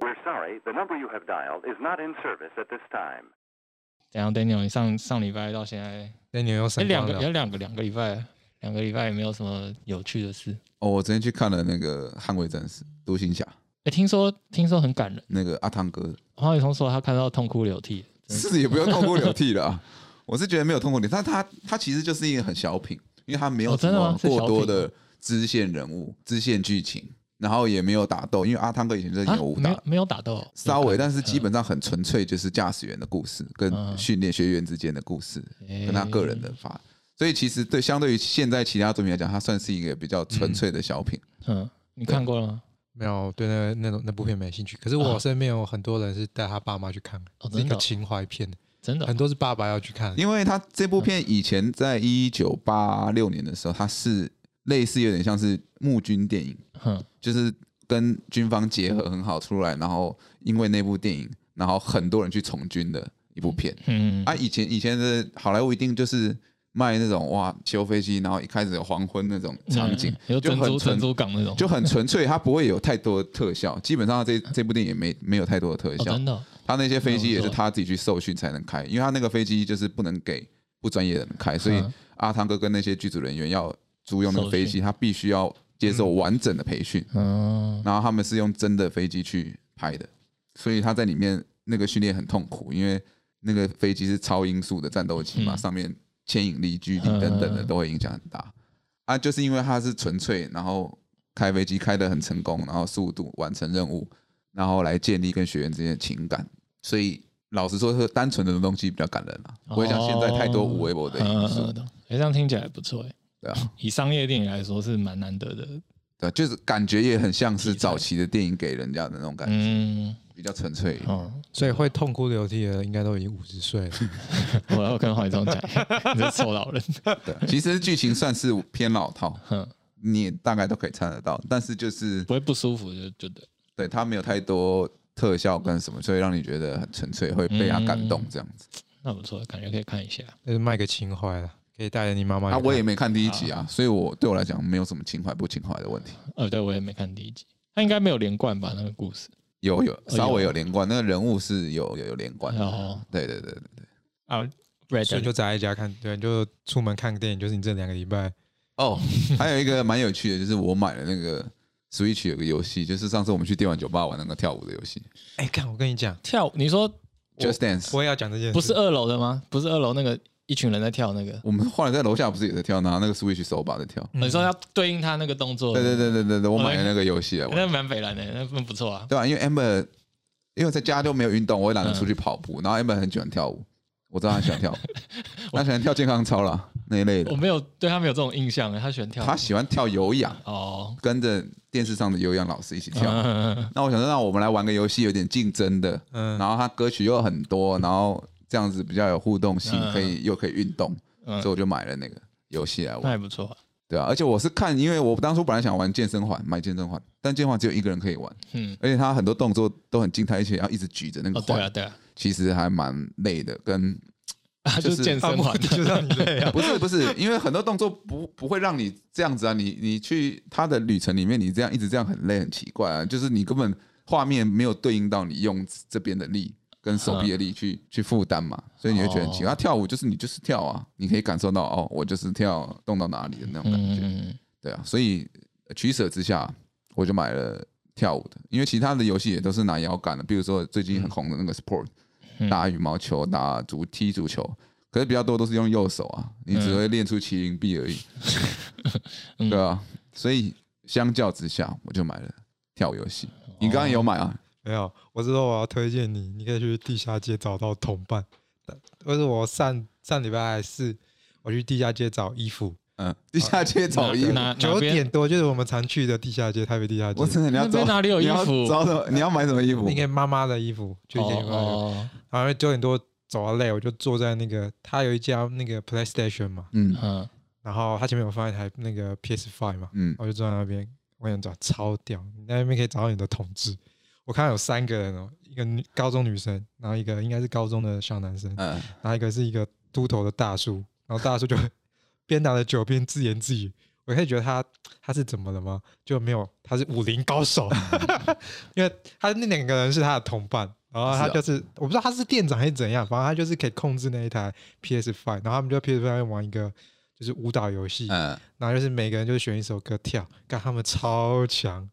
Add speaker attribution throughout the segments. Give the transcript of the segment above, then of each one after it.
Speaker 1: We're sorry, the number you have dialed is not in service at this time.
Speaker 2: 怎样？Daniel，你上上礼拜到现在，
Speaker 3: 那你有什
Speaker 2: 哎，
Speaker 3: 么
Speaker 2: 两
Speaker 3: 样
Speaker 2: 个
Speaker 3: 的
Speaker 2: 有两个两个礼拜了，两个礼拜也没有什么有趣的事。
Speaker 4: 哦，我昨天去看了那个《捍卫战士》独行侠，
Speaker 2: 哎，听说听说很感人，
Speaker 4: 那个阿汤哥
Speaker 2: 黄伟聪说他看到痛哭流涕，
Speaker 4: 是也不用痛哭流涕了啊。我是觉得没有痛哭流涕，但他他其实就是一个很小品，因为他没有
Speaker 2: 哦
Speaker 4: 什
Speaker 2: 真的
Speaker 4: 么
Speaker 2: 吗是小
Speaker 4: 过多
Speaker 2: 品
Speaker 4: 的支线人物、支线剧情，然后也没有打斗，因为阿汤哥以前就是
Speaker 2: 啊，
Speaker 4: 演武
Speaker 2: 没
Speaker 4: 打
Speaker 2: 有没有打斗，
Speaker 4: 稍
Speaker 2: 有
Speaker 4: 微，
Speaker 2: 看
Speaker 4: 但是基本上很纯粹，就是驾驶员的故事跟
Speaker 2: 嗯
Speaker 4: 训练学员之间的故事，
Speaker 2: 哎
Speaker 4: 跟他个人的发。所以其实对相对于现在其他作品来讲，它算是一个比较纯粹的小品。
Speaker 2: 嗯，你看过了吗？
Speaker 3: 没有对那个那种那部片没兴趣。可是我身边有很多人是带他爸妈去看，
Speaker 2: 啊哦
Speaker 3: 是一
Speaker 2: 真
Speaker 3: 个
Speaker 2: 的哦啊
Speaker 3: 情怀片，
Speaker 2: 真的
Speaker 3: 很多是爸爸要去看。
Speaker 4: 因为它这部片以前在一九八六年的时候，它是类似有点像是幕军电影，
Speaker 2: 哦，
Speaker 4: 就是跟军方结合很好出来，然后因为那部电影，然后很多人去从军的一部片。
Speaker 2: 嗯嗯
Speaker 4: 啊，以前以前的好莱坞一定就是卖那种哇修飞机，然后一开始有黄昏那种场景，
Speaker 2: 嗯有
Speaker 4: 就
Speaker 2: 珍
Speaker 4: 很
Speaker 2: 珠
Speaker 4: 纯
Speaker 2: 珍珠港那种，
Speaker 4: 就很纯粹，它不会有太多的特效。基本上这这部电影也没没有太多的特
Speaker 2: 哦
Speaker 4: 效
Speaker 2: 真，的哦
Speaker 4: 他那些飞机也
Speaker 2: 那
Speaker 4: 是
Speaker 2: 不错
Speaker 4: 他自己去受训才能开，因为他那个飞机就是不能给不专业的人开，所以
Speaker 2: 嗯
Speaker 4: 阿汤哥跟那些剧组人员要租用那个
Speaker 2: 受
Speaker 4: 飞
Speaker 2: 训
Speaker 4: 机，他必须要接受完整的培训，
Speaker 2: 嗯，
Speaker 4: 然后他们是用真的飞机去拍的，所以他在里面那个训练很痛苦，因为那个飞机是超音速的战斗机嘛，
Speaker 2: 嗯
Speaker 4: 上面牵引力、距离等等的
Speaker 2: 嗯
Speaker 4: 都会影响很大。啊，就是因为他是纯粹，然后开飞机开得很成功，然后速度完成任务，然后来建立跟学员之间的情感，所以。老实说，是单纯的东西比较感人啊，
Speaker 2: 哦
Speaker 4: 不会像现在太多无微博的因素，
Speaker 2: 嗯嗯嗯嗯哎，这样听起来不错哎，
Speaker 4: 对啊，
Speaker 2: 以商业电影来说是蛮难得的，
Speaker 4: 对啊，就是感觉也很像是早期的电影给人家的那种感觉，
Speaker 2: 嗯，
Speaker 4: 比较纯粹一点。
Speaker 2: 哦，
Speaker 3: 所以会痛哭流涕的人应该都已经五十 岁了。
Speaker 2: 我要跟黄伟忠讲，你是臭老人，
Speaker 4: 对，其实剧情算是偏老套，
Speaker 2: 哼，
Speaker 4: 你也大概都可以猜得到，但是就是
Speaker 2: 不会不舒服就就对，
Speaker 4: 对它没有太多特效跟什么，所以让你觉得很纯粹，会被它感
Speaker 2: 嗯
Speaker 4: 动这样子。
Speaker 2: 那不错，感觉可以看一下。
Speaker 3: 那就卖个情怀了，可以带着你妈妈去
Speaker 2: 哎
Speaker 4: 啊，
Speaker 3: 看。
Speaker 4: 我也没看第一集啊，所以我对我来讲没有什么情怀不情怀的问题。
Speaker 2: 呃，对我也没看第一集，他应该没有连贯吧？那个故事，
Speaker 4: 有有
Speaker 2: 有
Speaker 4: 稍微有连贯，那个人物是有有有连贯的。
Speaker 2: 哎哦
Speaker 4: 对对对对对。
Speaker 2: 啊
Speaker 3: 所以
Speaker 2: ，Red
Speaker 3: 就宅在家看，对，你就出门看个电影，就是你这两个礼拜
Speaker 4: 哦，还有一个蛮有趣的，就是我买了那个 Switch 有个游戏，就是上次我们去电玩酒吧玩那个跳舞的游戏
Speaker 3: 哎，看我跟你讲，
Speaker 2: 跳舞，你说
Speaker 4: ，Just Dance。
Speaker 3: 我也要讲这件事，
Speaker 2: 不是二楼的吗？不是二楼那个一群人在跳那个，哦
Speaker 4: 我们后来在楼下不是也在跳，拿那个 Switch 手把在跳。
Speaker 3: 嗯
Speaker 2: 你说要对应他那个动作，
Speaker 4: 对对对对对对，我
Speaker 2: 我
Speaker 4: 买了
Speaker 2: 来
Speaker 4: 那个游戏来玩。
Speaker 2: 那蛮北蓝的，那那不错啊。
Speaker 4: 对啊，因为 Amber 因为在家就没有运动，我也懒
Speaker 2: 嗯
Speaker 4: 得出去跑步。然后 Amber 很喜欢跳舞，我知道她喜 欢跳舞，她喜欢跳健康操啦那一类的
Speaker 2: 我。没有对他没有这种印象，欸他喜欢跳舞
Speaker 4: 她喜欢跳有氧，
Speaker 2: 哦，
Speaker 4: 跟着电视上的有氧老师一起跳。
Speaker 2: 嗯，
Speaker 4: 那我想说，让我们来玩个游戏，有点竞争的，
Speaker 3: 嗯
Speaker 4: 然后他歌曲又很多，然后这样子比较有互动性，
Speaker 2: 嗯
Speaker 4: 可以又可以运动，
Speaker 2: 嗯
Speaker 4: 所以我就买了那个游戏来
Speaker 2: 那
Speaker 4: 玩。
Speaker 2: 还不错啊。
Speaker 4: 对啊，而且我是看，因为我当初本来想玩健身环，买健身环，但健身环只有一个人可以玩，
Speaker 2: 嗯，
Speaker 4: 而且他很多动作都很静态，而且要一直举着那个
Speaker 2: 哦，
Speaker 4: 环
Speaker 2: 对，啊，对啊，
Speaker 4: 其实还蛮累 的，跟
Speaker 2: 啊，
Speaker 4: 就。
Speaker 2: 就是是健
Speaker 3: 放
Speaker 2: 身
Speaker 3: 过
Speaker 2: 环，
Speaker 3: 你就让你累啊
Speaker 4: 不是不是，因为很多动作不不会让你这样子啊，你你去他的旅程里面，你这样一直这样很累很奇怪啊，就是你根本画面没有对应到你用这边的力跟手臂的力去、去负担嘛，所以你会觉得很奇
Speaker 2: 嗯哦
Speaker 4: 怪。他跳舞就是你就是跳啊，你可以感受到哦，我就是跳动到哪里的那种感
Speaker 2: 嗯
Speaker 4: 觉，
Speaker 2: 嗯，嗯
Speaker 4: 对啊，所以取舍之下，我就买了跳舞的，因为其他的游戏也都是拿摇杆的，比如说最近很红的那个 Sport，、
Speaker 2: 嗯
Speaker 4: 打羽毛球、打足踢足球，可是比较多都是用右手啊，你只
Speaker 2: 嗯
Speaker 4: 会练出麒麟臂而已， 对啊，所以相较之下，我就买了跳舞游戏。你刚刚也有买啊？
Speaker 3: 没有，我知道我要推荐你，你可以去地下街找到同伴。但是我上上礼拜四，我去地下街找衣服，
Speaker 2: 哦
Speaker 4: 嗯，地下街找衣服，
Speaker 2: 哪哪
Speaker 3: 九
Speaker 2: 边
Speaker 3: 点多就是我们常去的地下街，台北地下街
Speaker 4: 我。真的你要
Speaker 2: 那
Speaker 4: 找
Speaker 2: 边哪里有衣服
Speaker 4: 你要找什么？你要买什么衣服
Speaker 3: 那？个妈妈的衣服，就一件妈妈的衣服
Speaker 2: 哦
Speaker 3: 然后九点多走到累，我就坐在那个，他有一家那个 PlayStation 嘛，
Speaker 4: 嗯
Speaker 2: 哦，嗯，
Speaker 3: 然后他前面有放一台那个 PS Five 嘛，
Speaker 4: 嗯，
Speaker 3: 我就坐在那边，我想找超屌，你在那边可以找到你的同志。我看到有三个人哦，一个女高中女生，然后一个应该是高中的小男生，然
Speaker 4: 嗯，
Speaker 3: 后一个是一个秃头的大叔，然后大叔就边拿着酒边自言自语，我我可以觉得他他是怎么了吗？就没有，他是武林高 手，因为他那两个人是他的同伴，然后他
Speaker 4: 是啊
Speaker 3: 就是、我不知道他是店长还是怎样，反正他就是可以控制那一台 PS Five，然后他们就 PS Five 玩一个就是舞蹈游戏，
Speaker 4: 嗯，
Speaker 3: 然后就是每个人就选一首歌跳，看他们超强，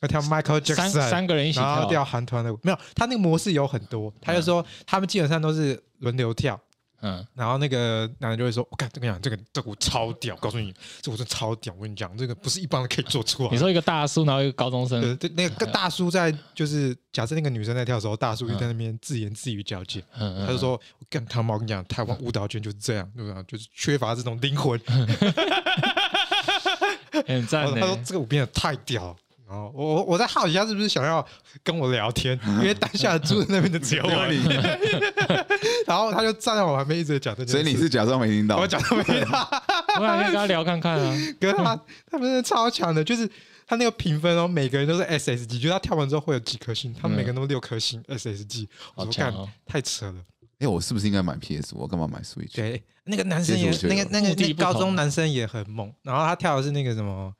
Speaker 3: 要跳 Michael
Speaker 2: 三
Speaker 3: Jackson，
Speaker 2: 三个人一起
Speaker 3: 然后
Speaker 2: 跳
Speaker 3: 跳，韩团的舞，没有，他那个模式有很多，他就说他们基本上都是轮流跳，
Speaker 2: 嗯，
Speaker 3: 然后那个男的就会说：“我、看这个讲，这个这个舞超屌，告诉你，这舞真的超屌。我跟你讲，这个不是一般人可以做出来的。
Speaker 2: 你”说一个大叔，然后一个高中生，
Speaker 3: 对对，那个大叔在就是假设那个女生在跳的时候，大叔就在那边自言自语交接。
Speaker 2: 嗯嗯，
Speaker 3: 他就说：“我跟他妈，我跟你讲，台湾舞蹈圈就是这样，对吧？就是缺乏这种灵 魂。
Speaker 2: 欸很
Speaker 3: 然
Speaker 2: 赞
Speaker 3: 后
Speaker 2: 呢
Speaker 3: 哦他。说这个舞变得太屌了。然后我我我在好奇他是不是想要跟我 聊天，因为当下住在那边的只有
Speaker 2: 啊
Speaker 3: 我。然后他就站在我旁边一直讲这件事，
Speaker 4: 所以你是啊假装没听到
Speaker 3: 我，讲都 没他。
Speaker 2: 我想去跟他聊看看啊。
Speaker 3: 可是他他们真的超强的，就是他那个评分哦，每个人都是 SS 级，就是他跳完之后会有几颗星，他们每
Speaker 4: 嗯
Speaker 3: 个人都六颗星 SS 级，
Speaker 2: 好
Speaker 3: 我说
Speaker 2: 强
Speaker 3: 干
Speaker 2: 哦
Speaker 3: 太扯了。
Speaker 4: 哎，我是不是应该买 PS？我干嘛买 Switch？
Speaker 3: 对，那个男生也
Speaker 4: 接触就有
Speaker 3: 那个那个
Speaker 2: 目的
Speaker 3: 那个
Speaker 2: 不同啊
Speaker 3: 高中男生也很猛，然后他跳的是那个什么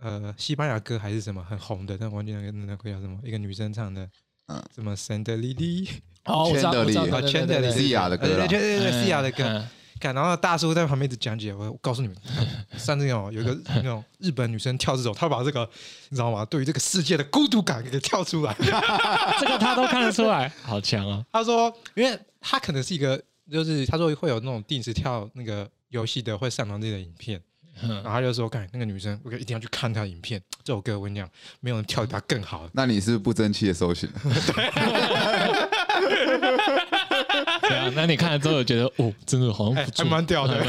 Speaker 3: 呃西班牙歌还是什么很红的，但我忘记那个那个叫什么，一个女生唱的，
Speaker 4: 嗯
Speaker 3: 什么 Santa Lily
Speaker 2: 哦，我知道，我知道，
Speaker 4: 对
Speaker 3: 啊
Speaker 2: 对对对
Speaker 3: Chandelier
Speaker 2: 对
Speaker 4: Sia 的歌啦
Speaker 3: 呃对对对对
Speaker 2: 嗯
Speaker 3: Sia 的歌，
Speaker 2: 嗯
Speaker 3: 看然后大叔在旁边一直讲解，我我告诉你们， 像这种有 一个那种日本女生跳这种，她把这个你知道吗？对于这个世界的孤独感给跳出来。
Speaker 2: 这个他都看得出来，好强哦。
Speaker 3: 他说，因为他可能是一个，就是他说会有那种定时跳那个游戏的会上传自己的影片，然
Speaker 2: 嗯
Speaker 3: 后他就说，看那个女生，我一定要去看她的影片。这首歌我跟你讲，没有人跳得比她更 好。
Speaker 4: 那你是不是不争气 的搜寻？
Speaker 2: 对啊，那你看了之后有觉得，哦，真的好像
Speaker 3: 哎
Speaker 2: 不，错
Speaker 3: 还，蛮屌的。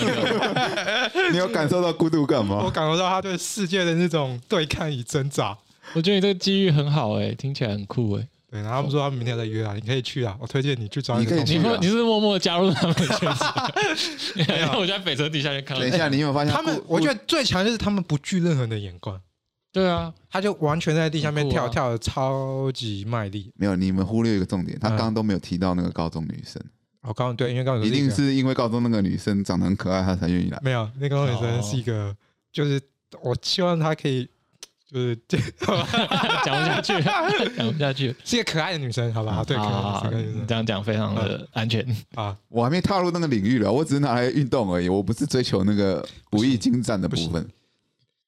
Speaker 4: 你有感受到孤独感
Speaker 3: 我
Speaker 4: 吗？
Speaker 3: 感受到他对世界的那种对抗与挣扎。
Speaker 2: 我觉得你这个机遇很好哎，听起来很酷哎。
Speaker 3: 对，然后他们说他们明天再约啊，你可以去啊，我推荐你去找
Speaker 4: 你
Speaker 3: 你
Speaker 4: 可
Speaker 3: 的
Speaker 4: 以
Speaker 3: 同
Speaker 4: 去
Speaker 2: 你
Speaker 3: 学。
Speaker 2: 说你是默默加入他们圈子，然后我在北车底下就看
Speaker 4: 等
Speaker 2: 了
Speaker 4: 一。下，你有没有发现
Speaker 3: 他们
Speaker 4: 孤
Speaker 3: 我觉得最强就是他们不惧任何人的眼光，
Speaker 2: 对啊，
Speaker 3: 他就完全在地下面
Speaker 2: 很酷啊
Speaker 3: 跳，跳的超级卖力。
Speaker 4: 没有？你们忽略一个重点，他
Speaker 3: 嗯
Speaker 4: 刚刚都没有提到那个高中女生，
Speaker 3: 我告诉哦你，对，因为刚刚
Speaker 4: 一定是因为高中那个女生长得很可爱，她才愿意来。
Speaker 3: 没有那个女
Speaker 2: 哦
Speaker 3: 生是一个，就是我希望她可以，就是
Speaker 2: 讲不下去，讲不下去。
Speaker 3: 是一个可爱的女生，好不
Speaker 2: 嗯
Speaker 3: 好？对，可
Speaker 2: 好好
Speaker 3: 爱
Speaker 2: 好
Speaker 3: 的女生
Speaker 2: 这样讲非常的安全。
Speaker 3: 啊，
Speaker 4: 我还没踏入那个领域了，我只是拿来运动而已，我不是追求那个不易精湛的部分。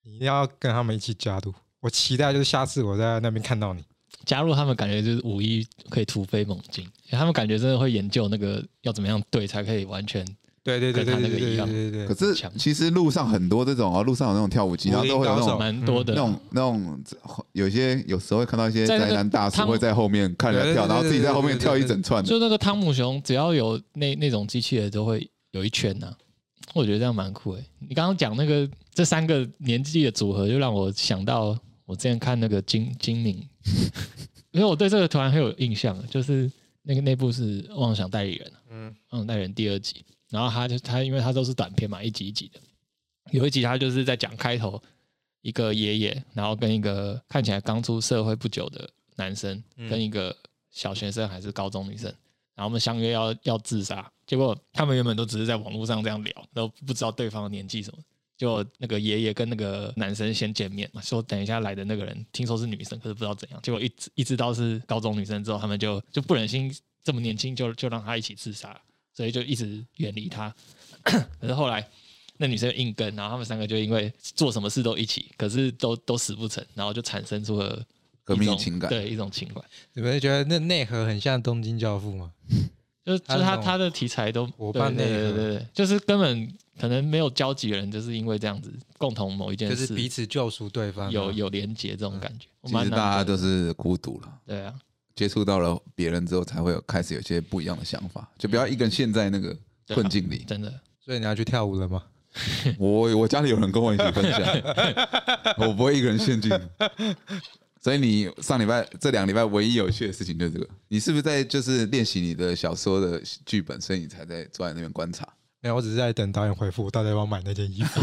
Speaker 3: 你一定要跟他们一起加入。我期待就是下次我在那边看到你。
Speaker 2: 加入他们，感觉就是五一可以突飞猛进，因为他们感觉真的会研究那个要怎么样对才可以完全
Speaker 3: 对对对对
Speaker 2: 跟他
Speaker 3: 对
Speaker 2: 那个
Speaker 3: 对
Speaker 2: 一样
Speaker 3: 对对
Speaker 4: 可
Speaker 3: 对，
Speaker 4: 是
Speaker 2: 强
Speaker 4: 其实路上很多这种啊，路上有那种跳舞机，然后都会有那
Speaker 3: 武林高手
Speaker 4: 种
Speaker 2: 蛮多的
Speaker 4: 那。种那种有些有时候会看到一些
Speaker 2: 在那
Speaker 4: 宅
Speaker 2: 个
Speaker 4: 男大叔
Speaker 2: 汤
Speaker 4: 会在后面看人家
Speaker 3: 对对
Speaker 4: 跳，
Speaker 3: 对
Speaker 4: 然后自己在后面
Speaker 3: 对对
Speaker 4: 跳一整串的。
Speaker 2: 就那个汤姆熊，只要有那那种机器人，都会有一圈呐、我觉得这样蛮酷诶、你刚刚讲那个这三个年纪的组合，就让我想到我之前看那个金金敏，因为我对这个突然很有印象，就是那个那部是《妄想代理人》，嗯，《妄想代理人》第二集，然后他就他因为他都是短片嘛，一集一集的，有一集他就是在讲开头一个爷爷，然后跟一个看起来刚出社会不久的男生，跟一个小学生还是高中女生，然后我们相约要要自杀，结果他们原本都只是在网络上这样聊，都不知道对方的年纪什么。就那个爷爷跟那个男生先见面，说等一下来的那个人听说是女生，可是不知道怎样，结果一直一直到是高中女生之后，他们就就不忍心这么年轻就就让他一起自杀，所以就一直远离他。 可是后来那女生硬跟，然后他们三个就因为做什么事都一起，可是都都死不成，然后就产生出了
Speaker 4: 革
Speaker 2: 一
Speaker 4: 命
Speaker 2: 种
Speaker 4: 情感
Speaker 2: 对一种情感，
Speaker 3: 你们觉得那内核很像《东京教父》吗？
Speaker 2: 就是就
Speaker 3: 他
Speaker 2: 是
Speaker 3: 那
Speaker 2: 他
Speaker 3: 种
Speaker 2: 他的题材都
Speaker 3: 伙伴
Speaker 2: 对
Speaker 3: 内
Speaker 2: 对对
Speaker 3: 核
Speaker 2: 对对，就是根本可能没有交集的人，就是因为这样子共同某一件
Speaker 3: 就
Speaker 2: 事
Speaker 3: 是彼此啊嗯救赎对方。
Speaker 2: 有有连结这种感觉，我
Speaker 4: 其
Speaker 2: 蛮
Speaker 4: 实
Speaker 2: 难
Speaker 4: 大家
Speaker 2: 得
Speaker 4: 都是孤独了，
Speaker 2: 对啊，
Speaker 4: 接触到了别人之后，才会有开始有一些不一样的想法，就不要一个人陷在那个
Speaker 2: 嗯对啊
Speaker 4: 困境里。
Speaker 2: 真的
Speaker 3: 所以你要去跳舞了吗？
Speaker 4: 我我家里有人跟我一起分 享，我不会一个人陷进。所以你上礼拜这两个礼拜唯一有趣的事情就是这个，你是不是在就是练习你的小说的剧本，所以你才在坐在那边观察？
Speaker 3: 没有，我只是在等导演回复，我到底要不要买那件衣服？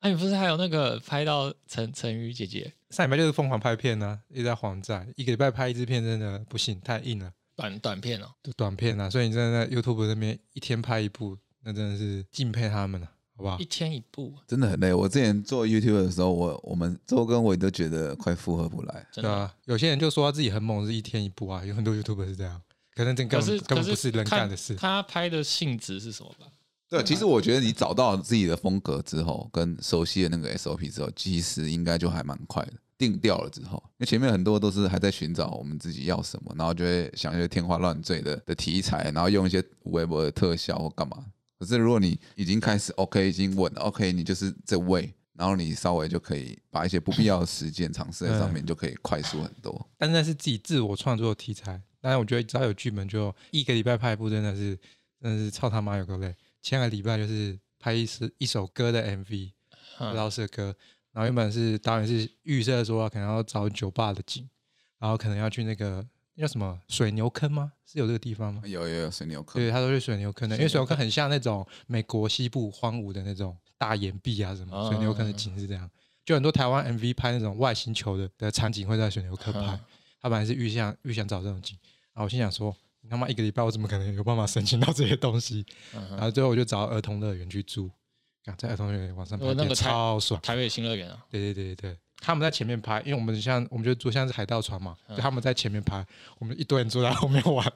Speaker 2: 哎，你不是还有那个拍到陈陈瑜姐姐
Speaker 3: 上礼拜就是疯狂拍片呢、一直在还债，一个礼拜拍一支片真的不行，太硬了，
Speaker 2: 短短片哦，
Speaker 3: 就短片啊。所以你真的在 YouTube 那边一天拍一部，那真的是敬佩他们了、好不好
Speaker 2: 一？天一部，啊
Speaker 4: 真的很累。我之前做 YouTube 的时候，我我们周跟我都觉得快负荷不来。
Speaker 2: 真
Speaker 3: 对
Speaker 2: 的。
Speaker 3: 啊，有些人就说他自己很猛，是一天一部啊，有很多 YouTube 是这样，可能这根
Speaker 2: 可
Speaker 3: 本
Speaker 2: 是
Speaker 3: 根
Speaker 2: 可
Speaker 3: 本不是人
Speaker 2: 看
Speaker 3: 干的事。
Speaker 2: 他拍的性质是什么吧？
Speaker 4: 对，其实我觉得你找到自己的风格之后，跟熟悉的那个 SOP 之后，其实应该就还蛮快的。定调了之后，因为前面很多都是还在寻找我们自己要什么，然后就会想一些天花乱坠的的题材，然后用一些微博的特效或干嘛。可是如果你已经开始 OK，已经稳了 OK，你就是这位，然后你稍微就可以把一些不必要的时间尝试在上面，就可以快速很多。
Speaker 3: 但那是自己自我创作的题材，当然我觉得只要有剧本，就一个礼拜拍一部，真的是真的是操他妈有够累。前两个礼拜就是拍一首一首歌的 MV，
Speaker 2: 嗯
Speaker 3: 老师的歌。然后原本是导演是预设说可能要找酒吧的景，然后可能要去那个那叫什么水牛坑吗？是有这个地方吗？
Speaker 4: 有有有，水牛课
Speaker 3: 对，他说是水牛坑的，因为
Speaker 2: 水
Speaker 3: 水
Speaker 2: 牛
Speaker 3: 牛坑很像那种美国西部荒芜的那种大岩壁啊什么，水牛坑的景是这样。就很多台湾 MV 拍那种外星球的的场景会在水牛坑拍
Speaker 2: 嗯，
Speaker 3: 他本来是预想预想找这种景，然后我心想说，你他妈一个礼拜我怎么可能有办法申请到这些东西？
Speaker 2: 嗯
Speaker 3: 然后最后我就找儿童乐园去住，啊在儿童乐园晚上
Speaker 2: 哦
Speaker 3: 拍
Speaker 2: 那
Speaker 3: 片
Speaker 2: 个太
Speaker 3: 超爽。
Speaker 2: 台北新乐园啊，
Speaker 3: 对对对对对，他们在前面拍，因为我们像我们就坐像是海盗船嘛，
Speaker 2: 嗯
Speaker 3: 就他们在前面拍，我们一堆人坐在后面玩。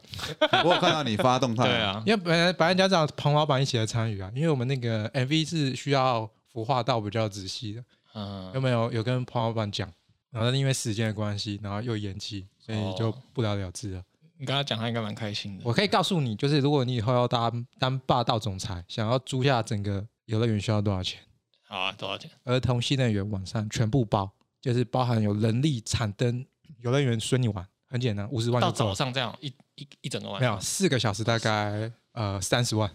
Speaker 4: 我有看到你发动态，
Speaker 3: 哎
Speaker 2: 对，啊，
Speaker 3: 因为本来本来家长彭老板一起来参与啊，因为我们那个 MV 是需要服化道比较仔细的，有
Speaker 2: 嗯，
Speaker 3: 没有有跟彭老板讲？然后因为时间的关系，然后又延期，所以就
Speaker 2: 哦
Speaker 3: 不了了之了。
Speaker 2: 你跟他讲，他应该蛮开心的。
Speaker 3: 我可以告诉你，就是如果你以后要当当霸道总裁，想要租下整个游乐园需要多少钱？
Speaker 2: 好啊，多少钱？
Speaker 3: 儿童新乐园晚上全部包，就是包含有人力、产灯、游乐园随你玩，很简单，五十万
Speaker 2: 到
Speaker 3: 就够
Speaker 2: 早
Speaker 3: 了。
Speaker 2: 上这样一一一整个晚
Speaker 3: 没有
Speaker 2: 上，
Speaker 3: 四个小时，大概呃三十万，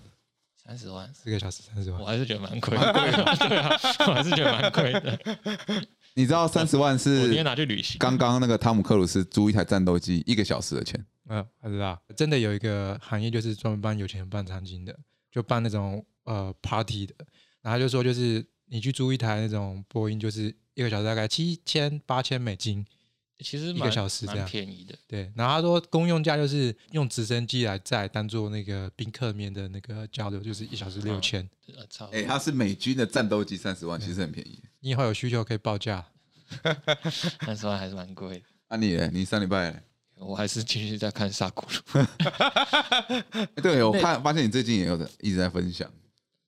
Speaker 2: 三十万，
Speaker 3: 四个小时三十万
Speaker 2: 我。还是觉得蛮亏的， 对啊，我还是觉得蛮亏的。
Speaker 4: 你知道三十万
Speaker 2: 我
Speaker 4: 是
Speaker 2: 宁愿拿去旅行。
Speaker 4: 刚刚那个汤姆克鲁斯租一台战斗机一个小时的钱，
Speaker 3: 嗯，我知道，真的有一个行业就是专门帮有钱人办餐厅的，就办那种呃 party 的。然后他就说，就是你去租一台那种波音，就是一个小时大概七千八千美金，
Speaker 2: 其实
Speaker 3: 一个
Speaker 2: 蛮
Speaker 3: 小时这
Speaker 2: 蛮
Speaker 3: 样
Speaker 2: 便宜的，
Speaker 3: 对。然后他说公用价就是用直升机来载，当做那个宾客面的那个交流，就是一小时六千。
Speaker 2: 呃，差不
Speaker 4: 哎、
Speaker 2: 多。
Speaker 4: 它是美军的战斗机，三十万其实很便宜。
Speaker 3: 你以后有需求可以报价。
Speaker 2: 三十万还是蛮贵的。
Speaker 4: 啊你嘞，你上礼拜嘞、
Speaker 2: 我还是继续在看萨古鲁，
Speaker 4: 哎对我看发现你最近也有在一直在分享，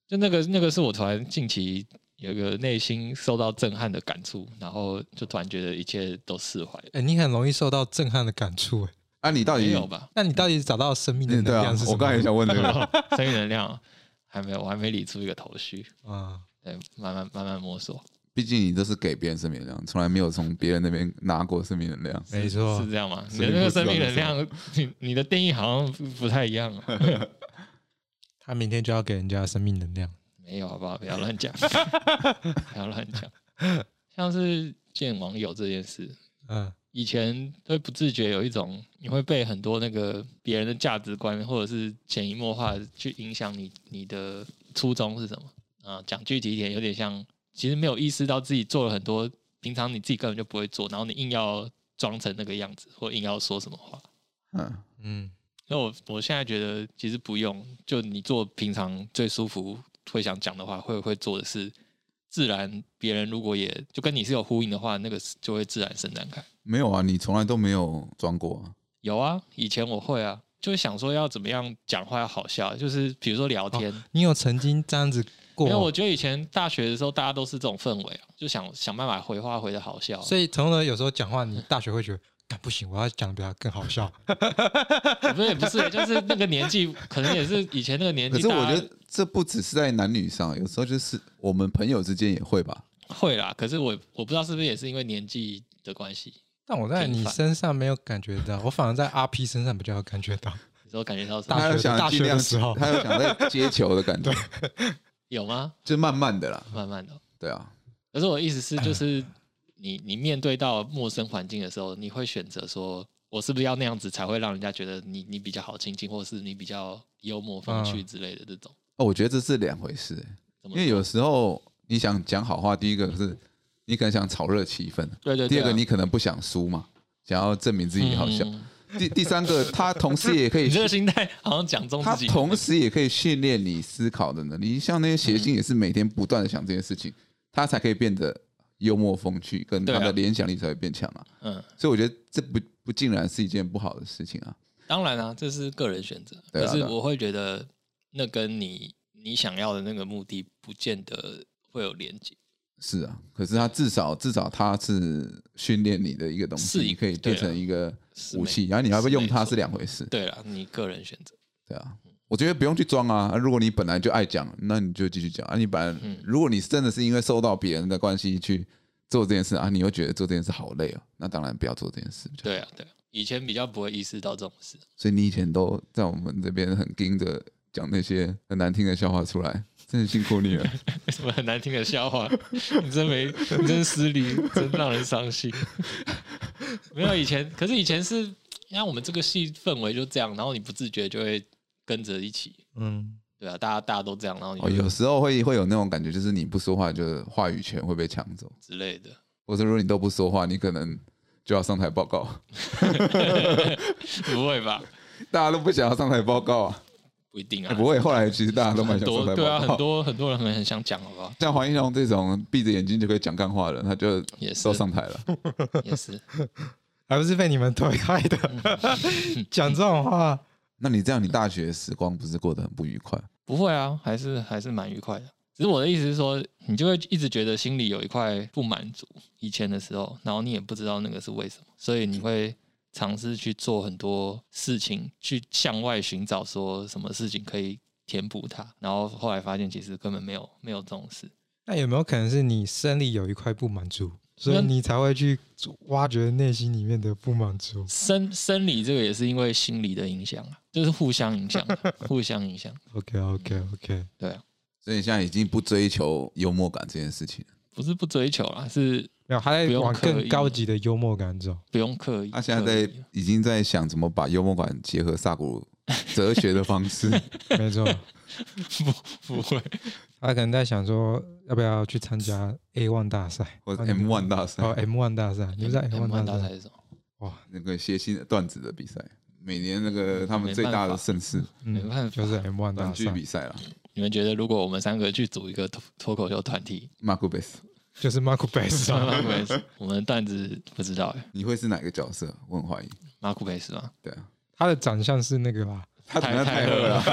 Speaker 2: 就那个那个是我突然近期有一个内心受到震撼的感触，然后就突然觉得一切都释怀了。
Speaker 3: 哎，你很容易受到震撼的感触，哎，
Speaker 4: 啊你到底
Speaker 2: 没有？吧？
Speaker 3: 那你到底找到生命的
Speaker 4: 嗯
Speaker 3: 能
Speaker 4: 对啊
Speaker 3: 量是，什么？
Speaker 4: 我刚才也想问 这个，
Speaker 2: 生育能量还没有，我还没理出一个头绪。
Speaker 3: 啊，
Speaker 2: 对，慢慢慢慢摸索，
Speaker 4: 毕竟你都是给别人生命能量，从来没有从别人那边拿过生命能量。
Speaker 3: 没错
Speaker 2: 是，这样吗？你
Speaker 4: 所
Speaker 2: 的
Speaker 4: 以
Speaker 2: 那个
Speaker 4: 不知道
Speaker 2: 生命
Speaker 4: 是
Speaker 2: 能量，你你的定义好像不不太一样、啊。
Speaker 3: 他明天就要给人家生命能量。
Speaker 2: 没有，好不好？不要乱 讲，不要乱讲。像是见网友这件事，
Speaker 3: 嗯，
Speaker 2: 以前会不自觉有一种，你会被很多那个别人的价值观，或者是潜移默化地去影响你你的初衷是什么啊？讲具体一点，有点像，其实没有意识到自己做了很多平常你自己根本就不会做，然后你硬要装成那个样子，或硬要说什么话。
Speaker 4: 嗯，
Speaker 3: 嗯，
Speaker 2: 那我我现在觉得其实不用，就你做平常最舒服会想讲的话，会会做的事，自然别人如果也就跟你是有呼应的话，那个就会自然伸展开。
Speaker 4: 没有啊，你从来都没有装过、啊。
Speaker 2: 有啊，以前我会啊，就是想说要怎么样讲话要好笑，就是比如说聊天，
Speaker 4: 哦
Speaker 3: 你有曾经这样子过
Speaker 2: 因为
Speaker 3: 吗？
Speaker 2: 我觉得以前大学的时候大家都是这种氛围啊，就想想办法回话回的好笑啊、
Speaker 3: 所以从而有时候讲话，你大学会觉得，干不行，我要讲的比他更好笑。
Speaker 2: 不是也不是，就是那个年纪，可能也是以前那个
Speaker 3: 哎
Speaker 2: 年纪，
Speaker 4: 可是我
Speaker 2: 大家
Speaker 4: 觉得这不只是在男女上，有时候就是我们朋友之间也会吧。
Speaker 2: 会啦。可是我我不知道是不是也是因为年纪的关系，
Speaker 3: 但我在你身上没有感觉到， 我反而在 RP 身上比较有感觉到。
Speaker 2: 有时候感觉到什
Speaker 3: 大
Speaker 2: 么
Speaker 3: 学
Speaker 4: 他有想
Speaker 3: 大学
Speaker 4: 尽量
Speaker 3: 的时候
Speaker 4: 他有想在接球的 感觉，
Speaker 2: 有吗？
Speaker 4: 就慢慢的啦。
Speaker 2: 慢慢的。
Speaker 4: 对啊，
Speaker 2: 可是我的意思 是，就是你你面对到陌生环境的时候，你会选择说，我是不是要那样子才会让人家觉得你你比较好亲近，或是你比较幽默风趣之类的这种？
Speaker 4: 哦，我觉得这是两回事、欸
Speaker 2: 怎
Speaker 4: 因
Speaker 2: 么
Speaker 4: 为有时候你想讲好话，第一个是你可能想炒热气氛，
Speaker 2: 对对对啊
Speaker 4: 第二个你可能不想输嘛，想要证明自己好笑。
Speaker 2: 嗯
Speaker 4: 第第三个，它同时也可以
Speaker 2: 你这个心态好像讲中
Speaker 4: 它
Speaker 2: 自己，
Speaker 4: 同时也可以训练你思考的能力。像那些谐星
Speaker 2: 嗯
Speaker 4: 也是每天不断的想这件事情，他才可以变得幽默风趣，跟
Speaker 2: 对啊
Speaker 4: 他的联想力才会变强啊。
Speaker 2: 嗯，
Speaker 4: 所以我觉得这不不竟然是一件不好的事情啊。
Speaker 2: 当然啊，这是个人选择，
Speaker 4: 对啊
Speaker 2: 可是
Speaker 4: 对啊
Speaker 2: 我会觉得那跟你你想要的那个目的不见得会有连接。
Speaker 4: 是啊，可是他至少至少他是训练你的一个东西，
Speaker 2: 是一
Speaker 4: 你可以
Speaker 2: 对
Speaker 4: 变
Speaker 2: 啊
Speaker 4: 成一个
Speaker 2: 是
Speaker 4: 武
Speaker 2: 没
Speaker 4: 器，然后你要不要
Speaker 2: 是
Speaker 4: 用
Speaker 2: 没
Speaker 4: 它
Speaker 2: 错
Speaker 4: 是两回事。
Speaker 2: 对了，你个人选择，
Speaker 4: 对啊，我觉得不用去装啊。啊如果你本来就爱讲，那你就继续讲啊。你本来、
Speaker 2: 嗯
Speaker 4: 如果你真的是因为受到别人的关系去做这件事啊，你会觉得做这件事好累哦。那当然不要做这件事。比较好
Speaker 2: 对啊，对啊，以前比较不会意识到这种事，
Speaker 4: 所以你以前都在我们这边很盯着讲那些很难听的笑话出来，真的辛苦 你了。
Speaker 2: 为什么很难听的笑话？ 你真没，你真失礼，真让人伤心。没有以前，可是以前是，因为我们这个戏氛围就这样，然后你不自觉就会跟着一起，
Speaker 3: 嗯，
Speaker 2: 对啊，大家大家都这样，然后你
Speaker 4: 哦，
Speaker 2: 就
Speaker 4: 有时候会会有那种感觉，就是你不说话，就是话语权会被抢走。
Speaker 2: 之类的。
Speaker 4: 或者如果你都不说话，你可能就要上台报告。
Speaker 2: 不会吧？
Speaker 4: 大家都不想要上台报告啊？
Speaker 2: 不一定啊，
Speaker 4: 哎不会，后来其实大家都蛮
Speaker 2: 很多
Speaker 4: 想上台报告。
Speaker 2: 对啊，很多很多人很很想讲，好不好？
Speaker 4: 像黄英龙这种闭着眼睛就可以讲干话的，他就
Speaker 2: 也是
Speaker 4: 都上台了。
Speaker 2: 也是，
Speaker 3: 还不是被你们推开的， 讲这种话，
Speaker 4: 那你这样，你大学时光不是过得很不愉快？
Speaker 2: 不会啊，还是还是蛮愉快的。只是我的意思是说，你就会一直觉得心里有一块不满足，以前的时候，然后你也不知道那个是为什么，所以你会尝试去做很多事情，去向外寻找说什么事情可以填补它，然后后来发现其实根本没有没有这种事，
Speaker 3: 那有没有可能是你生理有一块不满足，所以
Speaker 2: 那
Speaker 3: 你才会去挖掘内心里面的不满足？
Speaker 2: 生生理这个也是因为心理的影响啊，就是互相影响的，互相影响，
Speaker 3: OK OK OK，
Speaker 2: 对啊。
Speaker 4: 所以你现在已经不追求幽默感这件事情了。
Speaker 2: 不是不追求啦，是
Speaker 3: 没有，他在
Speaker 2: 不用
Speaker 3: 往
Speaker 2: 刻
Speaker 3: 更
Speaker 2: 意
Speaker 3: 高级的幽默感走。
Speaker 2: 不用刻意。
Speaker 4: 他现
Speaker 2: 刻
Speaker 4: 在
Speaker 2: 意啊
Speaker 4: 在 已经在想怎么把幽默感结合萨古哲学的 方式。
Speaker 3: 没 错，
Speaker 2: 不会，
Speaker 3: 他可能在想说，要不要去参加 A One 大赛
Speaker 4: 或者
Speaker 3: 啊你们
Speaker 4: M One 大
Speaker 3: 哦
Speaker 4: 赛
Speaker 3: M One 大赛，你们在 M
Speaker 2: M1
Speaker 3: One
Speaker 2: 大
Speaker 3: 大
Speaker 2: 赛
Speaker 3: 赛
Speaker 2: 是什么？
Speaker 3: 哇，
Speaker 4: 那个谐星的段子的比赛，每年那个他们最大的盛事
Speaker 2: 没办法
Speaker 3: 嗯，就是 M One
Speaker 4: 短
Speaker 3: 大
Speaker 4: 剧比
Speaker 3: 赛，
Speaker 4: 赛了。
Speaker 2: 你们觉得如果我们三个去组一个脱脱口秀团 体，
Speaker 4: 马库贝斯，
Speaker 3: 就是 Marco b a s
Speaker 2: 马库贝斯，我们的段子不知道哎，
Speaker 4: 你会是哪个角色？我很怀疑。
Speaker 2: 马库贝斯吗？
Speaker 4: 对啊，
Speaker 3: 他的长相是那个啦，
Speaker 4: 他怎么样太饿了？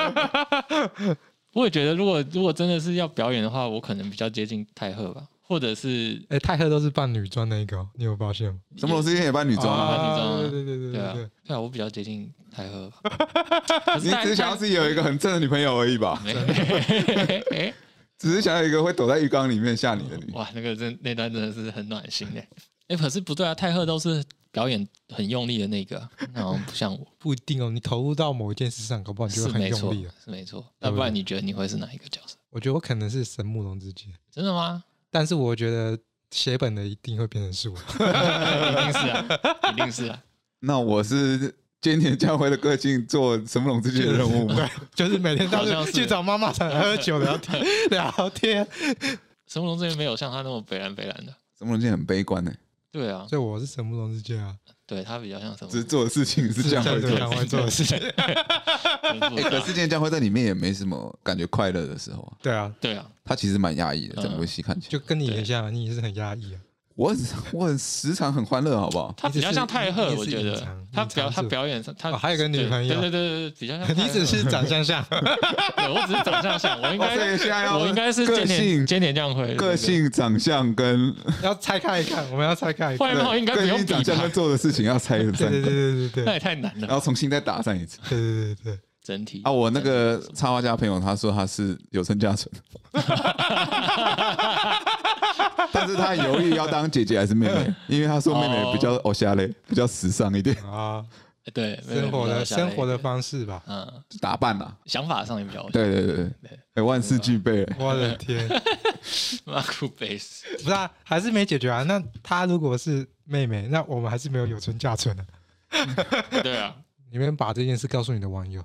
Speaker 2: 我也觉得，如果如果真的是要表演的话，我可能比较接近泰赫吧，或者是
Speaker 3: 哎，泰赫都是扮女装那一个哦，你有发现吗？
Speaker 4: 什么罗斯也扮女装
Speaker 3: 哦
Speaker 4: 啊？
Speaker 2: 扮女装啊
Speaker 3: 对对对
Speaker 2: 对
Speaker 3: 对
Speaker 2: 啊
Speaker 3: 对，
Speaker 2: 对啊，我比较接近泰赫 吧。可
Speaker 4: 你
Speaker 2: 是泰
Speaker 4: 只是想 要自己有一个很正的女朋友而已吧？
Speaker 2: 泰哎
Speaker 4: 只是想要一个会躲在浴缸里面吓你的 女。
Speaker 2: 哇，那个真那段真的是很暖 心哎哎，可是不对啊，泰赫都是表演很用力的那个啊，那好像不像我。
Speaker 3: 不一定哦，你投入到某一件事上，搞不好你就是会很
Speaker 2: 没错
Speaker 3: 用力了。，
Speaker 2: 是没错。
Speaker 3: 对
Speaker 2: 那
Speaker 3: 不
Speaker 2: 不然
Speaker 3: 对
Speaker 2: 你觉得你会是哪一个角色？
Speaker 3: 我觉得我可能是神木龙之介，
Speaker 2: 真的 吗？
Speaker 3: 但是我觉得写本的一定会变成是我。
Speaker 2: 一定是啊，一定是啊。
Speaker 4: 那我是菅田将晖的个性做神木龙之介的任务吗？
Speaker 3: 就是每天
Speaker 2: 好
Speaker 3: 都
Speaker 2: 像是
Speaker 3: 是去找妈妈才喝酒聊天聊天，
Speaker 2: 神木龙这边没有像他那么北蓝北蓝的，
Speaker 4: 神木龙之介很悲观呢、欸
Speaker 2: 对啊，
Speaker 3: 所以我是神木龙之介啊，
Speaker 2: 对他比较像神木
Speaker 4: 只是做的事情是这样会
Speaker 3: 是
Speaker 4: 做
Speaker 3: 这。样会做的事 情。
Speaker 2: 龙
Speaker 4: 哎、
Speaker 2: 之介
Speaker 4: 可是菅田将晖在里面也没什么感觉快乐的时候啊，
Speaker 3: 对啊，
Speaker 2: 对啊，
Speaker 4: 他其实蛮压抑的，
Speaker 2: 嗯
Speaker 4: 整部戏看起来。
Speaker 3: 就跟你一样，你也是很压抑啊。
Speaker 4: 我很我很时常很欢乐，好不好？
Speaker 2: 他比较像泰
Speaker 3: 你
Speaker 2: 赫，
Speaker 3: 只是
Speaker 2: 我觉
Speaker 3: 隐
Speaker 2: 得
Speaker 3: 藏
Speaker 2: 他
Speaker 3: 隐藏
Speaker 2: 表他
Speaker 3: 住
Speaker 2: 表演上他
Speaker 3: 哦还有个女
Speaker 2: 对
Speaker 3: 朋友
Speaker 2: 对对对对，比较像泰
Speaker 3: 你
Speaker 2: 赫
Speaker 3: 只是长相像，
Speaker 2: 对我只是长相像，我 应
Speaker 4: 哦所以现在
Speaker 2: 该
Speaker 4: 要
Speaker 2: 我应该是
Speaker 4: 个
Speaker 2: 尖
Speaker 4: 性
Speaker 2: 点尖点将会
Speaker 4: 个，性、长相跟
Speaker 3: 要拆开一看，我们要拆开一
Speaker 2: 对对
Speaker 3: 看。
Speaker 2: 外貌应该不
Speaker 4: 个
Speaker 2: 用
Speaker 4: 性、
Speaker 2: 比
Speaker 4: 长相
Speaker 2: 吧
Speaker 4: 跟？做的事情要拆分
Speaker 3: 对
Speaker 4: 三
Speaker 3: 对对
Speaker 4: 个，
Speaker 3: 对对
Speaker 2: 那
Speaker 3: 对
Speaker 2: 也太难
Speaker 4: 然
Speaker 2: 了，
Speaker 4: 后重新再打散一次。
Speaker 3: 对对对，
Speaker 2: 整体
Speaker 4: 啊，我那个插画家朋友他说他是有身价存， 但是他很犹豫要当姐姐还是妹妹，因为他说妹妹比较偶像类，比较时尚一点，
Speaker 3: 啊，
Speaker 2: 对没有
Speaker 3: 生活
Speaker 2: 比较
Speaker 3: 的
Speaker 2: 像那
Speaker 3: 生活
Speaker 2: 个
Speaker 3: 的方式吧。
Speaker 2: 嗯
Speaker 4: 打扮啦，
Speaker 2: 想法上也比较
Speaker 4: 对对对对，哎，万事俱备了。
Speaker 3: 我的天，
Speaker 2: 马库贝斯。
Speaker 3: 不是啊，还是没解决啊。那她如果是妹妹，那我们还是没有有存价存的。
Speaker 2: 对啊，
Speaker 3: 你们把这件事告诉你的网友，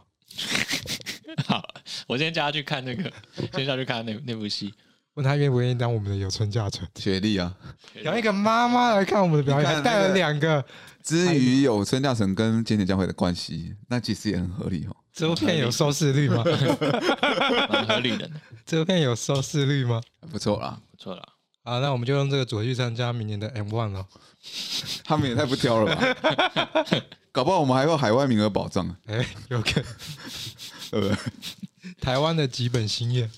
Speaker 2: 好，我今天叫他去看那个，今天叫他去看那那部戏，
Speaker 3: 问他愿不愿意当我们的有村架纯，
Speaker 4: 学历啊，
Speaker 3: 然后一个妈妈来看我们的表演，
Speaker 4: 你看
Speaker 3: 还带
Speaker 4: 那
Speaker 3: 了
Speaker 4: 个
Speaker 3: 两个，
Speaker 4: 至于有村教成跟菅田将晖的关系，那其实也很合理哦。
Speaker 3: 这部片有收视率吗？
Speaker 2: 蛮合理的，
Speaker 3: 这部片有收视率吗？
Speaker 4: 还不错啦，
Speaker 2: 不错了。
Speaker 3: 啊，那我们就用这个主题去参加明年的 M One 了。
Speaker 4: 他们也太不挑了吧？搞不好我们还有海外名额保障，
Speaker 3: 哎，有个
Speaker 4: 对不对？
Speaker 3: 台湾的吉本兴业，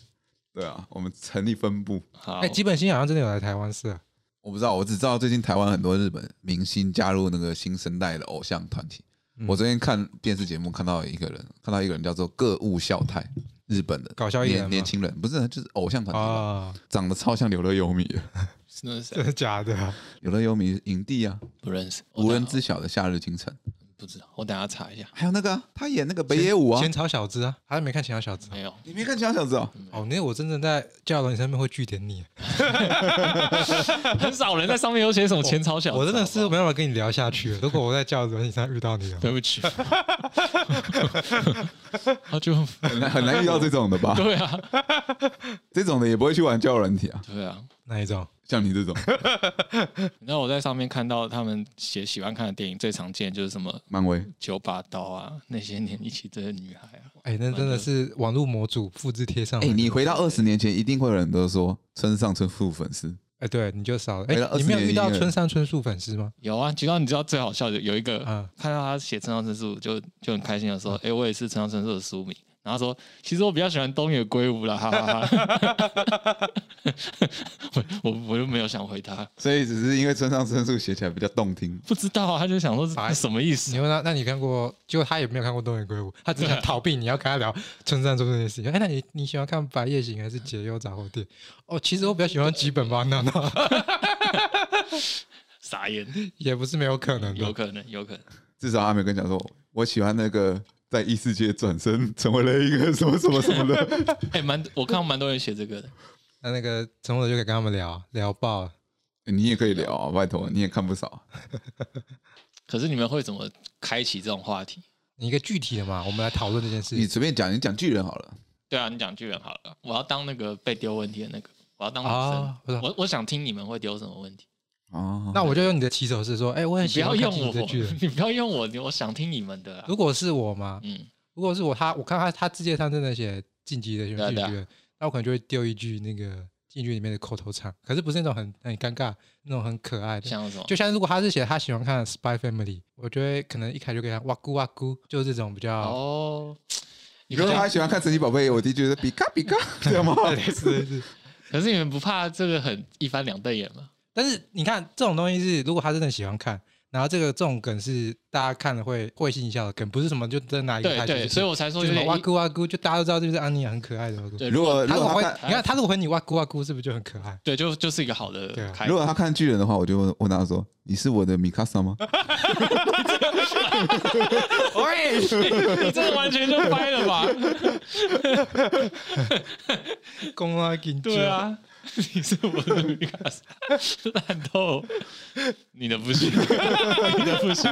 Speaker 4: 对啊，我们成立分部。
Speaker 2: 好
Speaker 3: 哎，，吉本兴业好像真的有来台湾是啊。
Speaker 4: 我不知道，我只知道最近台湾很多日本明星加入那个新生代的偶像团体。
Speaker 3: 嗯
Speaker 4: 我昨天看电视节目，看到一个人，看到一个人叫做各物孝太，日本的
Speaker 3: 搞笑艺人
Speaker 4: 年
Speaker 3: 吗
Speaker 4: 年轻人，不是就是偶像团体吧，
Speaker 3: 啊，
Speaker 4: 长得超像柳乐优弥的，
Speaker 2: 那是
Speaker 3: 真
Speaker 2: 谁？
Speaker 3: 的假的啊？
Speaker 4: 柳乐优弥影帝啊，
Speaker 2: 不认识，我
Speaker 4: 无
Speaker 2: 等
Speaker 4: 人
Speaker 2: 下
Speaker 4: 知晓的夏日清晨，
Speaker 2: 不知道，我等下查一下。
Speaker 4: 还有那个啊、他演那个北野武啊
Speaker 3: 浅，草小子啊，还没看浅草小子啊。
Speaker 2: 没有，
Speaker 4: 你没看其他小子哦？
Speaker 3: 哦，那我真正在教人上面会据点你， 啊
Speaker 2: 很少人在上面有写什么前朝小子
Speaker 3: 我真的
Speaker 2: 好
Speaker 3: 是
Speaker 2: 不
Speaker 3: 没
Speaker 2: 好
Speaker 3: 办法跟你聊下去了。如果我在教人上遇到你，
Speaker 2: 对不起，他就
Speaker 4: 很难很难遇到这种的 吧？
Speaker 2: 对啊，
Speaker 4: 这种的也不会去玩交友软体啊，
Speaker 2: 对啊。
Speaker 3: 那一种？
Speaker 4: 像你这种
Speaker 2: 你知道我在上面看到他们写喜欢看的电影，最常见就是什么
Speaker 4: 漫威
Speaker 2: 九把刀啊，那些年一起追的女孩啊，
Speaker 3: 哎，那真的是网络模组复制贴上来
Speaker 4: 哎、
Speaker 3: 的。
Speaker 4: 你回到二十年前，一定会有人都说村上春树粉丝，
Speaker 3: 哎，对，你就少了。哎
Speaker 4: 回到，20
Speaker 3: 你没有
Speaker 4: 年
Speaker 3: 遇到
Speaker 4: 前
Speaker 3: 村上春树粉丝吗？
Speaker 2: 有啊。直到你知道最好笑的有一个，
Speaker 3: 啊，
Speaker 2: 看到他写村上春树就就很开心的说，哎、我也是村上春树的书迷。然后说，其实我比较喜欢东野圭吾啦，哈哈哈。 我我我就没有想回他，
Speaker 4: 所以只是因为村上春树写起来比较动听。
Speaker 2: 不知道啊，他就想说
Speaker 3: 哎
Speaker 2: 是什么意思
Speaker 3: 你？问他，那你看过？结果他也没有看过《东野圭吾》，他只想逃避你要跟他聊村上春树这件事情。哎，那你你喜欢看《白夜行》还是《解忧杂货店》？哦，其实我比较喜欢吉本吧，那 那
Speaker 2: 傻眼，
Speaker 3: 也不是没有可能
Speaker 2: 有
Speaker 3: 的。
Speaker 2: 可能，有可能。
Speaker 4: 至少阿美跟你讲说，我喜欢那个在异世界转身成为了一个什么什么什么 的。
Speaker 2: 哎、蛮我看到蛮多人写这个的，
Speaker 3: 那那个陈伟就可以跟他们聊聊爆了。
Speaker 4: 你也可以聊啊，拜托，你也看不少啊。
Speaker 2: 可是你们会怎么开启这种话题？
Speaker 3: 你一个具体的嘛，我们来讨论这件
Speaker 4: 你
Speaker 3: 事。
Speaker 4: 随便讲，你讲巨人好了。
Speaker 2: 对啊，你讲巨人好了，我要当那个被丢问题的那个，我要当女生。
Speaker 3: 啊，不是，
Speaker 2: 我我想听你们会丢什么问题？
Speaker 4: 哦，
Speaker 3: 那我就用你的起手式说，哎，我很
Speaker 2: 你不
Speaker 3: 喜欢
Speaker 2: 要
Speaker 3: 看
Speaker 2: 用
Speaker 3: 你
Speaker 2: 我
Speaker 3: 的剧。，
Speaker 2: 你不要用我，我想听你们的啊、
Speaker 3: 如果是我嘛，
Speaker 2: 嗯，
Speaker 3: 如果是我，他我看他他字界上真的写晋级的选
Speaker 2: 对啊
Speaker 3: 进
Speaker 2: 对啊
Speaker 3: 去，那我可能就会丢一句那个进去里面的口头禅，可是不是那种很很尴尬，那种很可爱的。
Speaker 2: 像什么？
Speaker 3: 就像如果他是写他喜欢看《Spy Family》，我就会可能一开始就给他哇咕哇咕，就是这种比较、
Speaker 2: 哦，你
Speaker 4: 你如果他
Speaker 2: 看，
Speaker 4: 喜欢看神奇宝贝，我的确是比卡比卡， 这样吗？
Speaker 3: 类似类似。
Speaker 2: 可是你们不怕这个很一翻两瞪眼吗？
Speaker 3: 但是你看这种东西是，如果他真的喜欢看，然后这个这种梗是大家看了会会心一笑的梗，不是什么就真的拿一个
Speaker 2: 对
Speaker 3: 开
Speaker 2: 对，所以我才说
Speaker 3: 就
Speaker 2: 有
Speaker 3: 什么
Speaker 2: 点
Speaker 3: 哇
Speaker 2: 一
Speaker 3: 咕哇咕，就大家都知道这是安妮很可爱的哇咕。
Speaker 2: 对，
Speaker 4: 如果
Speaker 3: 他
Speaker 4: 如
Speaker 3: 如
Speaker 4: 果
Speaker 3: 果
Speaker 4: 他
Speaker 3: 回
Speaker 4: 看，
Speaker 3: 你看他如果回你哇咕哇咕，是不是就很可 爱？
Speaker 2: 对，就就是一个好的
Speaker 3: 对啊
Speaker 2: 开
Speaker 4: 如 果他看巨人的话，我就问问他说：“你是我的米卡莎吗
Speaker 3: 喂，
Speaker 2: 你这个完全就掰了吧？
Speaker 3: 公啊，紧
Speaker 2: 对，啊， 你是我的米卡莎， 烂透，你的不行， 你的不行。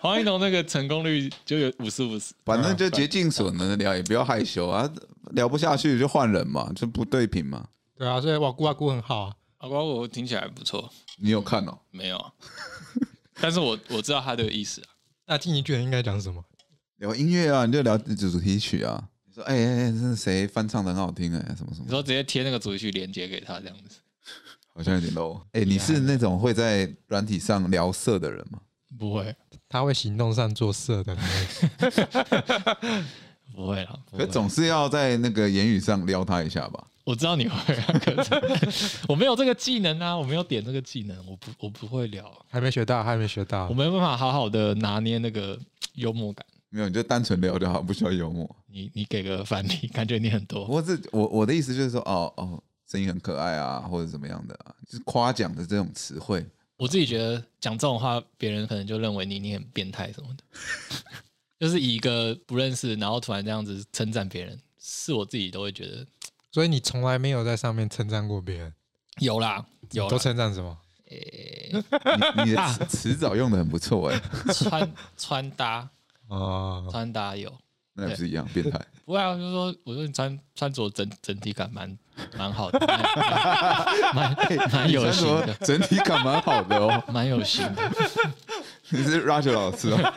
Speaker 2: 黄一农那个成功率就有五十五十，？”啊
Speaker 4: 反正就竭尽所能的聊，也不要害羞啊，聊不下去就换人嘛，就不对频嘛。
Speaker 3: 对啊，所以哇咕哇咕很好啊。
Speaker 2: 阿瓜我听起来不错，
Speaker 4: 你有看哦？
Speaker 2: 没有啊， 但是我我知道他的意思啊。
Speaker 3: 那进一句人应该讲什么？
Speaker 4: 聊音乐啊，你就聊主题曲啊。你说：“哎哎哎，这是谁翻唱的很好听哎、什么什么
Speaker 2: 你。”说直接贴那个主题曲连接给他这样子，
Speaker 4: 好像有点 low。哎、你是那种会在软体上聊色的人吗？
Speaker 2: 不会
Speaker 3: 他会行动上做色的，
Speaker 2: 不会啦，不
Speaker 4: 可
Speaker 2: 会
Speaker 4: 总是要在那个言语上撩他一下吧？
Speaker 2: 我知道你会、啊，可是 我没有这个技能啊，我没有点这个技能，我不我不会聊啊，
Speaker 3: 还没学到，还没学到
Speaker 2: 我。没有办法好好的拿捏那个幽默感。
Speaker 4: 没有，你就单纯聊就好，不需要幽默。
Speaker 2: 你你给个反例，感觉你很
Speaker 4: 不
Speaker 2: 多，
Speaker 4: 过这我我的意思就是说，哦哦，声音很可爱啊，或者怎么样的、啊，就是夸奖的这种词汇。
Speaker 2: 我自己觉得讲这种话，别人可能就认为你你很变态什么的， 就是以一个不认识，然后突然这样子称赞别人，是我自己都会觉得
Speaker 3: 所以你从来没有在上面称赞过别人，
Speaker 2: 有啦有
Speaker 3: 都
Speaker 2: 啦，
Speaker 3: 称赞什么？
Speaker 4: 你你的词 词藻用的很不错哎、
Speaker 2: 穿穿搭
Speaker 3: 哦，
Speaker 2: 穿搭有。
Speaker 4: 那也不是一样变态？
Speaker 2: 不会啊，就是说，我说你穿穿着整整体感蛮蛮好的，蛮蛮蛮有型的，
Speaker 4: 整体感蛮好的哦。
Speaker 2: 蛮有型的。
Speaker 4: 你是 Roger 老师哦，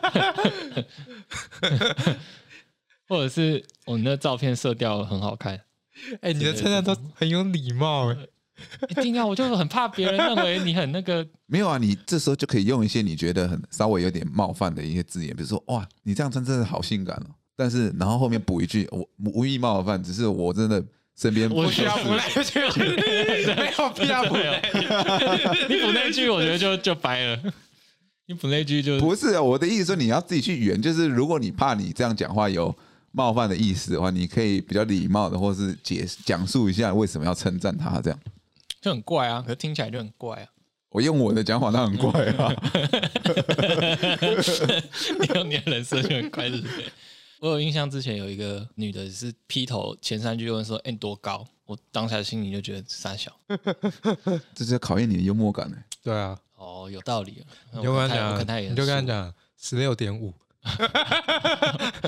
Speaker 2: 或者是我们的照片色调很好看，
Speaker 3: 哎、你的称赞都很有礼貌哎、
Speaker 2: 一定要，我就很怕别人认为你很那个，
Speaker 4: 没有啊，你这时候就可以用一些你觉得很稍微有点冒犯的一些字眼，比如说哇，你这样穿真的好性感哦。但是然后后面补一句，我我无意冒犯，只是我真的身边
Speaker 2: 我需要
Speaker 4: 不
Speaker 2: 补
Speaker 4: 是
Speaker 2: 来
Speaker 3: 我觉得没有必要补
Speaker 2: 对你补那句，我觉得就就白了。你补那句就
Speaker 4: 不是啊我的意思说你要自己去圆，就是如果你怕你这样讲话有冒犯的意思的话，你可以比较礼貌的，或是解讲述一下为什么要称赞他这样。
Speaker 2: 就很怪啊，可是听起来就很怪啊。
Speaker 4: 我用我的讲法，那很怪啊。
Speaker 2: 你用你的人设就很怪，对不对？我有印象，之前有一个女的是劈头前三句就问说：“哎、你多高？”我当下心里就觉得傻小。
Speaker 4: 这是考验你的幽默感呢、
Speaker 3: 对啊，
Speaker 2: 哦，有道理啊。
Speaker 3: 你就跟他
Speaker 2: 我可能太
Speaker 3: 讲，嗯
Speaker 2: 严
Speaker 3: 你
Speaker 2: 肃
Speaker 3: 就跟他讲十六点五，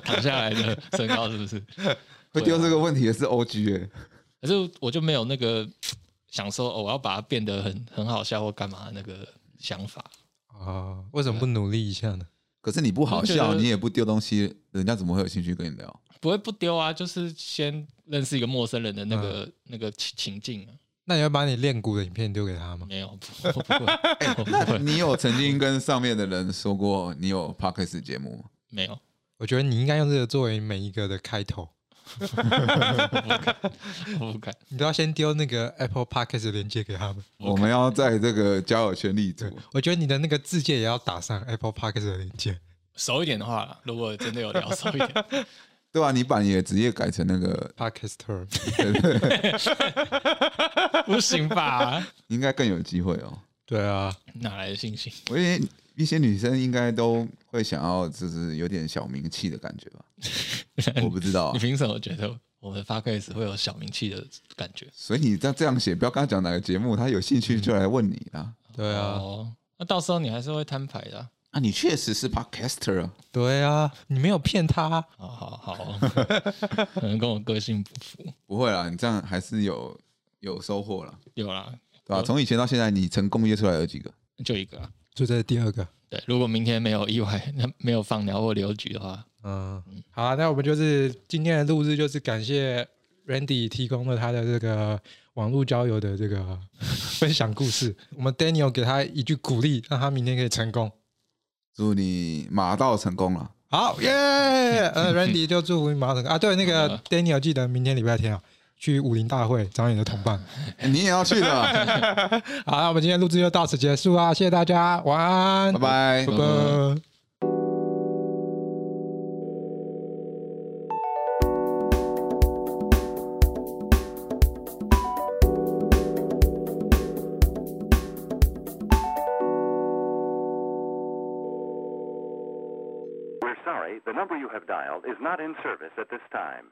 Speaker 2: 躺下来的身高是不是？
Speaker 4: 会丢这个问题的是 OG 哎、
Speaker 2: 可是我就没有那个想说、哦、我要把它变得很很好笑或干嘛的那个想法。
Speaker 3: 啊，为什么不努力一下呢？
Speaker 4: 可是你不好
Speaker 2: 我
Speaker 4: 笑，
Speaker 2: 觉得
Speaker 4: 你也不丢东西，人家怎么会有兴趣跟你聊？
Speaker 2: 不会不丢啊，就是先认识一个陌生人的那个、那个情情境啊。
Speaker 3: 那你要把你练鼓的影片丢给他吗？
Speaker 2: 没有，不我不会，我不
Speaker 4: 那
Speaker 2: 会，
Speaker 4: 你有曾经跟上面的人说过你有 podcast 节目吗？
Speaker 2: 没有，
Speaker 3: 我觉得你应该用这个作为每一个的开头，
Speaker 2: 我不敢。
Speaker 3: 你都要先丢那个 Apple Podcast 的链接给他们。
Speaker 4: 我们要在这个交友圈立足
Speaker 3: 对，，我觉得你的那个字界也要打上 Apple Podcast 的链接。
Speaker 2: 熟一点的话啦，如果真的有聊熟一点，
Speaker 4: 对吧、你把你的职业改成那个，
Speaker 3: Podcaster，
Speaker 2: 不行吧？
Speaker 4: 应该更有机会哦。
Speaker 3: 对啊，
Speaker 2: 哪来的信心？
Speaker 4: 我觉得一些女生应该都会想要，就是有点小名气的感觉吧。 我不知道啊、
Speaker 2: 你凭什么觉得我们发 case 会有小名气的感觉？
Speaker 4: 所以你这样这样写，不要跟他讲哪个节目，他有兴趣就来问你啦。
Speaker 3: 对啊，
Speaker 2: 哦，那到时候你还是会摊牌的啊、
Speaker 4: 嗯啊，你确实是 podcaster 啊，
Speaker 3: 对啊，你没有骗他，
Speaker 2: 好好好 哦，可能跟我个性不符。
Speaker 4: 不会啦，你这样还是有有收获啦，
Speaker 2: 有啦，
Speaker 4: 对吧、从以前到现在，你成功约出来有几个？
Speaker 2: 就一个啊、
Speaker 3: 就这是第二个。
Speaker 2: 对，如果明天没有意外， 那没有放鸟或留局的话，
Speaker 3: 嗯，好啊、那我们就是今天的录制，就是感谢 Randy 提供了他的这个网络交友的这个 分享故事。我们 Daniel 给他一句鼓励，让他明天可以成功。
Speaker 4: 祝你马到成功 了。
Speaker 3: 好耶！呃，Randy 就祝福你马上成功啊。对，那个 Daniel 记得明天礼拜天啊，去武林大会找你的同伴。
Speaker 4: 你也要去的啊，
Speaker 3: 好，那我们今天录制就到此结束啊，谢谢大家，晚安，
Speaker 4: 拜拜
Speaker 3: 拜。拜。
Speaker 1: We're sorry, the number you have dialed is not in service at this time.